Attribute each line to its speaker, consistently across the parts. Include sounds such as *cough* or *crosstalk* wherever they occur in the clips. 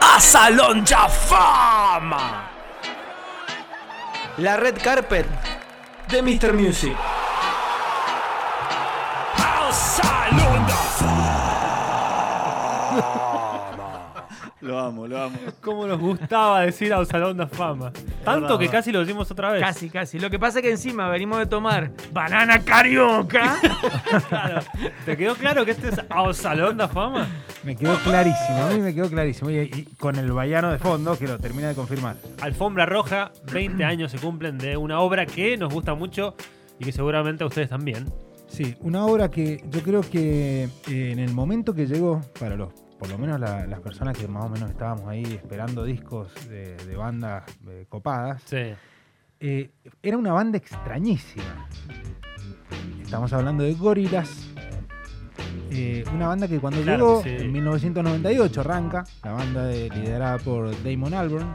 Speaker 1: pasa, loncha fama? La red carpet de Mr. Music. Pasa, loncha
Speaker 2: Lo amo, lo amo.
Speaker 3: Cómo nos gustaba decir al Salón de Fama. Tanto que casi lo decimos otra vez.
Speaker 4: Casi, casi. Lo que pasa es que encima venimos de tomar banana carioca.
Speaker 3: *laughs* Claro. ¿Te quedó claro que este es al Salón de Fama?
Speaker 5: Me quedó clarísimo, a mí me quedó clarísimo. Y, y con el baiano de fondo, que lo termina de confirmar.
Speaker 3: Alfombra Roja, 20 años se cumplen de una obra que nos gusta mucho y que seguramente a ustedes también.
Speaker 5: Sí, una obra que yo creo que eh, en el momento que llegó, para los, por lo menos la- las personas que más o menos estábamos ahí esperando discos de, de bandas eh, copadas,
Speaker 3: Sí.
Speaker 5: eh, era una banda extrañísima. Estamos hablando de Gorilas. una banda que cuando
Speaker 3: Claro
Speaker 5: llegó
Speaker 3: que sí.
Speaker 5: en 1998 arranca, la banda de- liderada por Damon Albarn,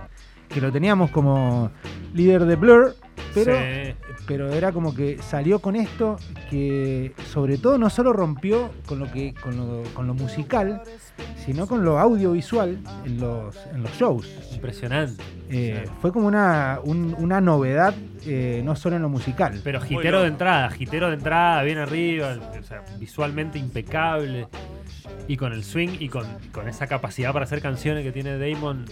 Speaker 5: que lo teníamos como líder de Blur, pero
Speaker 3: Sí.
Speaker 5: pero era como que salió con esto que sobre todo no solo rompió con lo que con lo, con lo musical sino con lo audiovisual en los en los shows
Speaker 3: Impresionante.
Speaker 5: Eh,
Speaker 3: Sí.
Speaker 5: fue como una, un- una novedad eh, no solo en lo musical
Speaker 3: Pero
Speaker 2: loco.
Speaker 3: gitero de entrada, gitero de entrada, bien arriba, o sea, visualmente impecable. Y con el swing y con, con esa capacidad para hacer canciones que tiene Damon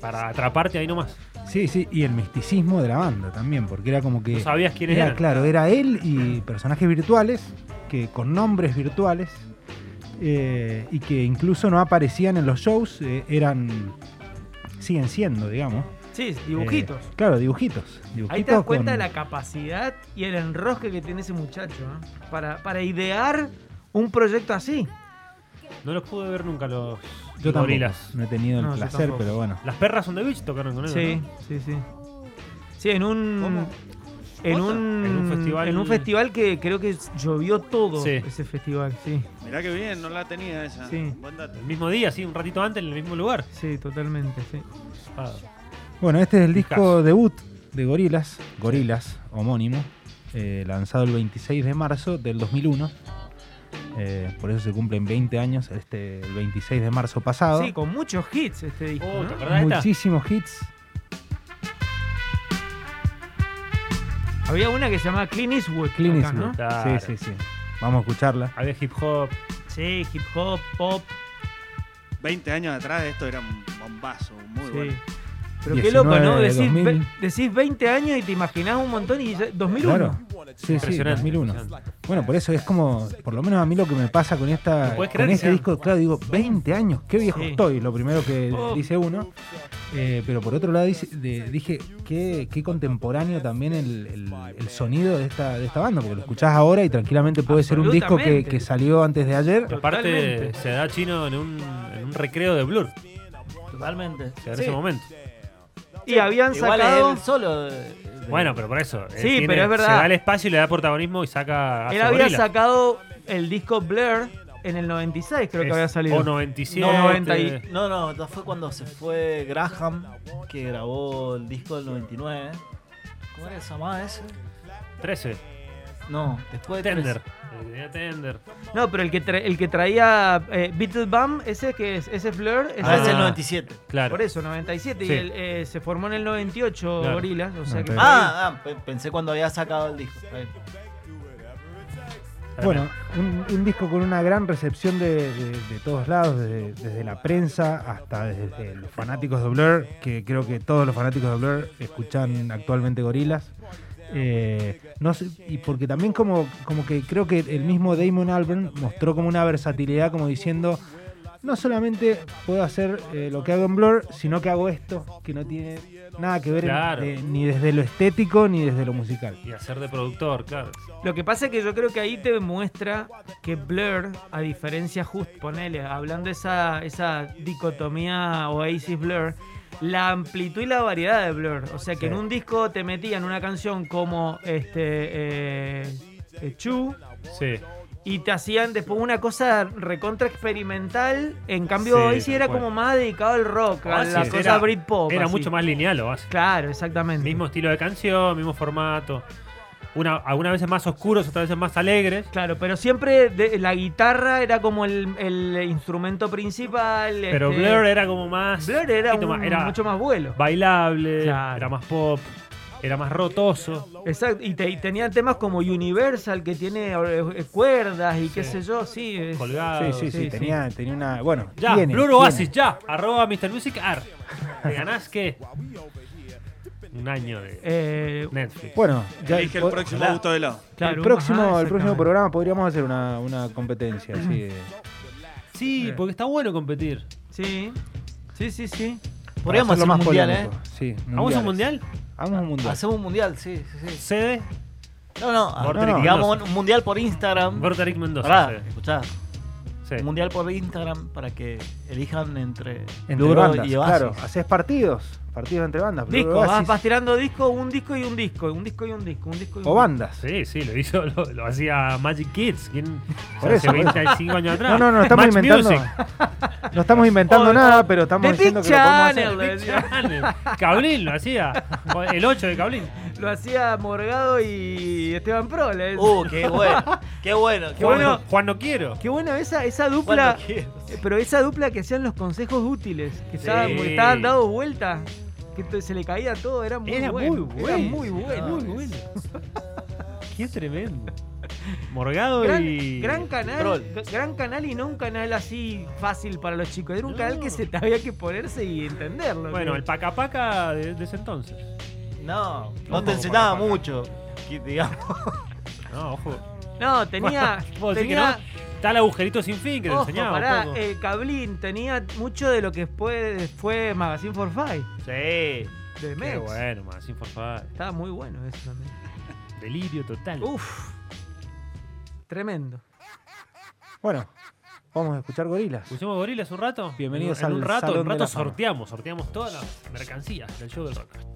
Speaker 3: para atraparte ahí nomás.
Speaker 5: sí sí y el misticismo de la banda también porque era como
Speaker 3: No
Speaker 5: que
Speaker 3: sabías quién
Speaker 5: era
Speaker 3: era.
Speaker 5: claro era él y personajes virtuales que con nombres virtuales eh, y que incluso no aparecían en los shows eh, eran siguen siendo digamos
Speaker 4: sí, dibujitos.
Speaker 5: Eh, claro, dibujitos. dibujitos
Speaker 4: Ahí te das
Speaker 5: con-
Speaker 4: cuenta de la capacidad y el enrosque que tiene ese muchacho ¿eh? para, para idear un proyecto así.
Speaker 3: No los pude ver nunca los
Speaker 5: Yo tampoco,
Speaker 3: gorilas.
Speaker 5: No he tenido el
Speaker 4: No, yo
Speaker 5: placer,
Speaker 4: tampoco.
Speaker 5: pero bueno.
Speaker 3: Las perras son de Beach tocaron con ellos.
Speaker 4: Sí,
Speaker 3: ¿no?
Speaker 4: sí, sí. Sí, en un.
Speaker 2: ¿Cómo?
Speaker 4: En
Speaker 2: ¿Otra?
Speaker 4: un,
Speaker 3: En un festival-
Speaker 4: en un festival que creo que llovió todo
Speaker 3: Sí.
Speaker 4: ese festival, sí.
Speaker 2: Mirá que bien, no la tenía esa.
Speaker 4: Sí.
Speaker 2: Buen dato.
Speaker 3: El mismo día, sí, un ratito antes, en el mismo lugar.
Speaker 4: Sí, totalmente, sí.
Speaker 3: Ah,
Speaker 5: Bueno, este es el disco
Speaker 3: Discazo.
Speaker 5: debut de Gorilas, Gorilas, homónimo, eh, lanzado el 26 de marzo del 2001. Eh, por eso se cumplen 20 años, este, el 26 de marzo pasado.
Speaker 4: Sí, con muchos hits este disco.
Speaker 3: Oh,
Speaker 4: ¿no?
Speaker 3: ¿te acordás de esta?
Speaker 5: Muchísimos hits.
Speaker 4: Había una que se llamaba Clean Eastwood.
Speaker 5: Clint
Speaker 4: acá, ¿no?
Speaker 5: Eastwood.
Speaker 3: Claro.
Speaker 5: Sí, sí, sí. Vamos a escucharla.
Speaker 3: Había hip hop.
Speaker 4: Sí, hip hop, pop.
Speaker 2: 20 años atrás esto era un bombazo, muy
Speaker 4: sí.
Speaker 2: bueno.
Speaker 4: Pero qué loco, ¿no?
Speaker 5: 19 de
Speaker 4: Decís,
Speaker 5: 2000.
Speaker 4: ve- decís 20 años y te imaginás un montón y ya- 2001.
Speaker 5: Claro. Sí, sí,
Speaker 3: Impresionante,
Speaker 5: 2001.
Speaker 3: impresionante.
Speaker 5: Bueno, por eso es como, por lo menos a mí lo que me pasa con esta,
Speaker 3: ¿No puedes
Speaker 5: con
Speaker 3: creer que
Speaker 5: este
Speaker 3: sean-
Speaker 5: disco, claro, digo, 20 años, qué viejo
Speaker 4: Sí.
Speaker 5: estoy, lo primero que
Speaker 4: Oh.
Speaker 5: dice uno. Eh, pero por otro lado dice- de- dije, qué, qué contemporáneo también el, el- el sonido de esta, de esta banda, porque lo escuchás ahora y tranquilamente puede ser un disco que,
Speaker 4: Absolutamente.
Speaker 5: que salió antes de ayer.
Speaker 3: Que Aparte,
Speaker 4: Totalmente.
Speaker 3: se da chino en un, en un recreo de Blur.
Speaker 6: Totalmente.
Speaker 3: Se da en
Speaker 4: Sí.
Speaker 3: ese momento.
Speaker 4: Y habían
Speaker 6: Igual
Speaker 4: sacado.
Speaker 6: es él solo. eh, de- de-
Speaker 3: Bueno, pero por eso. eh,
Speaker 4: Sí, pero es verdad.
Speaker 3: Se da el espacio y le da protagonismo y saca. a
Speaker 4: Él
Speaker 3: su
Speaker 4: había
Speaker 3: gorila.
Speaker 4: sacado el disco Blur en el 96, creo que
Speaker 3: Es-
Speaker 4: había salido.
Speaker 3: O 97.
Speaker 4: No, 90 y-
Speaker 6: No, no, no, fue cuando se fue Graham, que grabó el disco del 99. ¿Cómo era esa más ese?
Speaker 3: 13.
Speaker 6: No, después de
Speaker 3: Tender. El que tenía Tender.
Speaker 4: No, pero el que, tra- el que traía eh, Beatles Bam, ese que es, ese es Blur, ese
Speaker 6: tres. Ah,
Speaker 4: es
Speaker 6: es el
Speaker 4: el-
Speaker 6: 97.
Speaker 3: Claro.
Speaker 4: por eso, 97,
Speaker 3: Sí.
Speaker 4: y él, eh, se formó en el 98
Speaker 3: Claro.
Speaker 4: Gorilas, o sea que...
Speaker 6: Ah, ah, pe- pensé cuando había sacado el disco. Eh, Está bien.
Speaker 5: Bueno, un, un disco con una gran recepción de, de- de todos lados, desde, desde la prensa hasta desde los fanáticos de Blur, que creo que todos los fanáticos de Blur escuchan actualmente Gorilas. Eh, no sé, y porque también como, como que creo que el mismo Damon Albarn mostró como una versatilidad, como diciendo, no solamente puedo hacer eh, lo que hago en Blur, sino que hago esto, que no tiene nada que ver en-
Speaker 3: Claro.
Speaker 5: eh, ni desde lo estético ni desde lo musical.
Speaker 3: Y hacer de productor, claro.
Speaker 4: Lo que pasa es que yo creo que ahí te demuestra que Blur, a diferencia just, ponele, hablando esa, esa dicotomía Oasis Blur, la amplitud y la variedad de Blur. O sea que
Speaker 5: Sí.
Speaker 4: en un disco te metían una canción como este eh, eh, Chu
Speaker 3: Sí.
Speaker 4: y te hacían después una cosa recontra experimental. En cambio,
Speaker 3: Sí,
Speaker 4: Oasis era
Speaker 3: tal cual.
Speaker 4: como más dedicado al rock, a la
Speaker 3: Oasis
Speaker 4: cosa
Speaker 3: era-
Speaker 4: Britpop.
Speaker 3: Era
Speaker 4: así. Mm.
Speaker 3: mucho más lineal, lo hace.
Speaker 4: Claro, exactamente.
Speaker 3: Mismo estilo de canción, mismo formato. una, algunas veces más oscuros, otras veces más alegres.
Speaker 4: Claro, pero siempre de- la guitarra era como el, el instrumento principal.
Speaker 3: Pero
Speaker 4: este,
Speaker 3: Blur era como más.
Speaker 4: Blur era,
Speaker 3: poquito
Speaker 4: un-
Speaker 3: más- era
Speaker 4: mucho más vuelo.
Speaker 3: bailable,
Speaker 4: Claro.
Speaker 3: era más pop, era más rotoso.
Speaker 4: Exacto, y, te- y tenía temas como Universal, que tiene eh, cuerdas y qué
Speaker 3: Sí.
Speaker 4: sé yo, sí. es-
Speaker 3: Colgado.
Speaker 5: Sí, sí, sí,
Speaker 4: sí,
Speaker 5: tenía, tenía una. Bueno,
Speaker 3: Ah, Ya,
Speaker 5: tiene,
Speaker 3: Blur
Speaker 5: tiene.
Speaker 3: Oasis, ya. Arroba Mr. Music Art. ¿Te ganás qué? Un año de
Speaker 4: eh,
Speaker 3: Netflix.
Speaker 5: Bueno, ya
Speaker 2: Elige el
Speaker 5: po-
Speaker 2: próximo
Speaker 5: ojalá.
Speaker 2: gusto de helado.
Speaker 4: claro,
Speaker 5: el próximo,
Speaker 4: ajá,
Speaker 5: el próximo
Speaker 4: exactamente.
Speaker 5: programa podríamos hacer una, una competencia así de-
Speaker 3: Sí, porque está bueno competir.
Speaker 4: Sí, sí, sí, sí.
Speaker 6: Podríamos
Speaker 5: para hacerlo
Speaker 6: hacer un mundial,
Speaker 5: polémico. Sí,
Speaker 3: ¿Vamos a un
Speaker 5: mundiales.
Speaker 3: mundial?
Speaker 5: Hagamos un
Speaker 6: ¿eh?
Speaker 5: mundial.
Speaker 6: Hacemos un mundial, sí, sí, sí.
Speaker 3: Sede,
Speaker 6: No, no, ah,
Speaker 5: Por
Speaker 6: no, no, digamos un mundial por Instagram.
Speaker 3: Bertaric Mendoza.
Speaker 6: Pará,
Speaker 3: sede.
Speaker 6: escuchá,
Speaker 3: Sí.
Speaker 6: un mundial por Instagram para que elijan entre,
Speaker 5: Entre
Speaker 6: Blur
Speaker 5: bandas,
Speaker 6: y Oasis.
Speaker 5: claro. Haces partidos, partidos entre bandas. Blur
Speaker 4: Disco, vas,
Speaker 5: Oasis,
Speaker 4: vas tirando disco, un disco y un disco, un disco y un disco, un disco y un
Speaker 5: o
Speaker 4: disco.
Speaker 5: bandas.
Speaker 3: Sí, sí, lo hizo, lo, lo hacía Magic Kids. ¿Quién?
Speaker 5: Por
Speaker 3: hace
Speaker 5: eso, por eso.
Speaker 3: 25 años atrás.
Speaker 5: No, no, no estamos
Speaker 3: Match
Speaker 5: inventando.
Speaker 3: Music.
Speaker 5: No estamos inventando
Speaker 4: O-
Speaker 5: nada,
Speaker 4: o-
Speaker 5: pero estamos
Speaker 4: The
Speaker 5: diciendo
Speaker 4: Big
Speaker 5: que lo podemos hacer.
Speaker 4: Channel, le decía.
Speaker 3: Cablín lo hacía. El 8 de Cablín.
Speaker 4: Lo hacía Morgado y Esteban Proles.
Speaker 6: Uh, qué bueno, qué bueno, qué
Speaker 3: Juan,
Speaker 6: bueno.
Speaker 3: no- Juan no quiero.
Speaker 4: Qué buena esa, esa dupla.
Speaker 6: Cuando quieras.
Speaker 4: Eh, Pero esa dupla que hacían los consejos útiles, que
Speaker 3: Sí.
Speaker 4: estaban, que estaban dado vueltas, que te- se le caía todo, era muy
Speaker 3: Era
Speaker 4: bueno.
Speaker 3: muy
Speaker 4: Era
Speaker 3: bueno.
Speaker 4: muy bueno.
Speaker 3: Muy bueno. *laughs* Qué tremendo. Morgado y.
Speaker 4: Gran, gran canal,
Speaker 6: Troll.
Speaker 4: gran canal y no un canal así fácil para los chicos. Era un
Speaker 3: No.
Speaker 4: canal que se te había que ponerse y entenderlo.
Speaker 3: Bueno, el pacapaca de, de ese entonces.
Speaker 6: No,
Speaker 3: ¿Cómo?
Speaker 6: no te enseñaba mucho, que digamos.
Speaker 3: No, ojo.
Speaker 4: no, tenía,
Speaker 3: *laughs* Vos decís que
Speaker 4: tenía
Speaker 3: no, está el agujerito sin fin que te
Speaker 4: ojo,
Speaker 3: enseñaba. un
Speaker 4: pará, eh.
Speaker 3: poco.
Speaker 4: el Cablín tenía mucho de lo que fue, fue Magazine for Five
Speaker 3: Sí.
Speaker 4: de
Speaker 3: Qué
Speaker 4: Mex.
Speaker 3: bueno, más sin forfar.
Speaker 4: Estaba muy bueno eso también.
Speaker 3: Delirio total.
Speaker 4: Uf. Tremendo.
Speaker 5: Bueno, vamos a escuchar gorilas.
Speaker 3: ¿Pusimos gorilas un rato?
Speaker 5: Bienvenidos
Speaker 3: en, un- en
Speaker 5: al
Speaker 3: un rato,
Speaker 5: Salón
Speaker 3: en un
Speaker 5: de
Speaker 3: rato
Speaker 5: la Fama.
Speaker 3: sorteamos, sorteamos todas las mercancías del show del rock.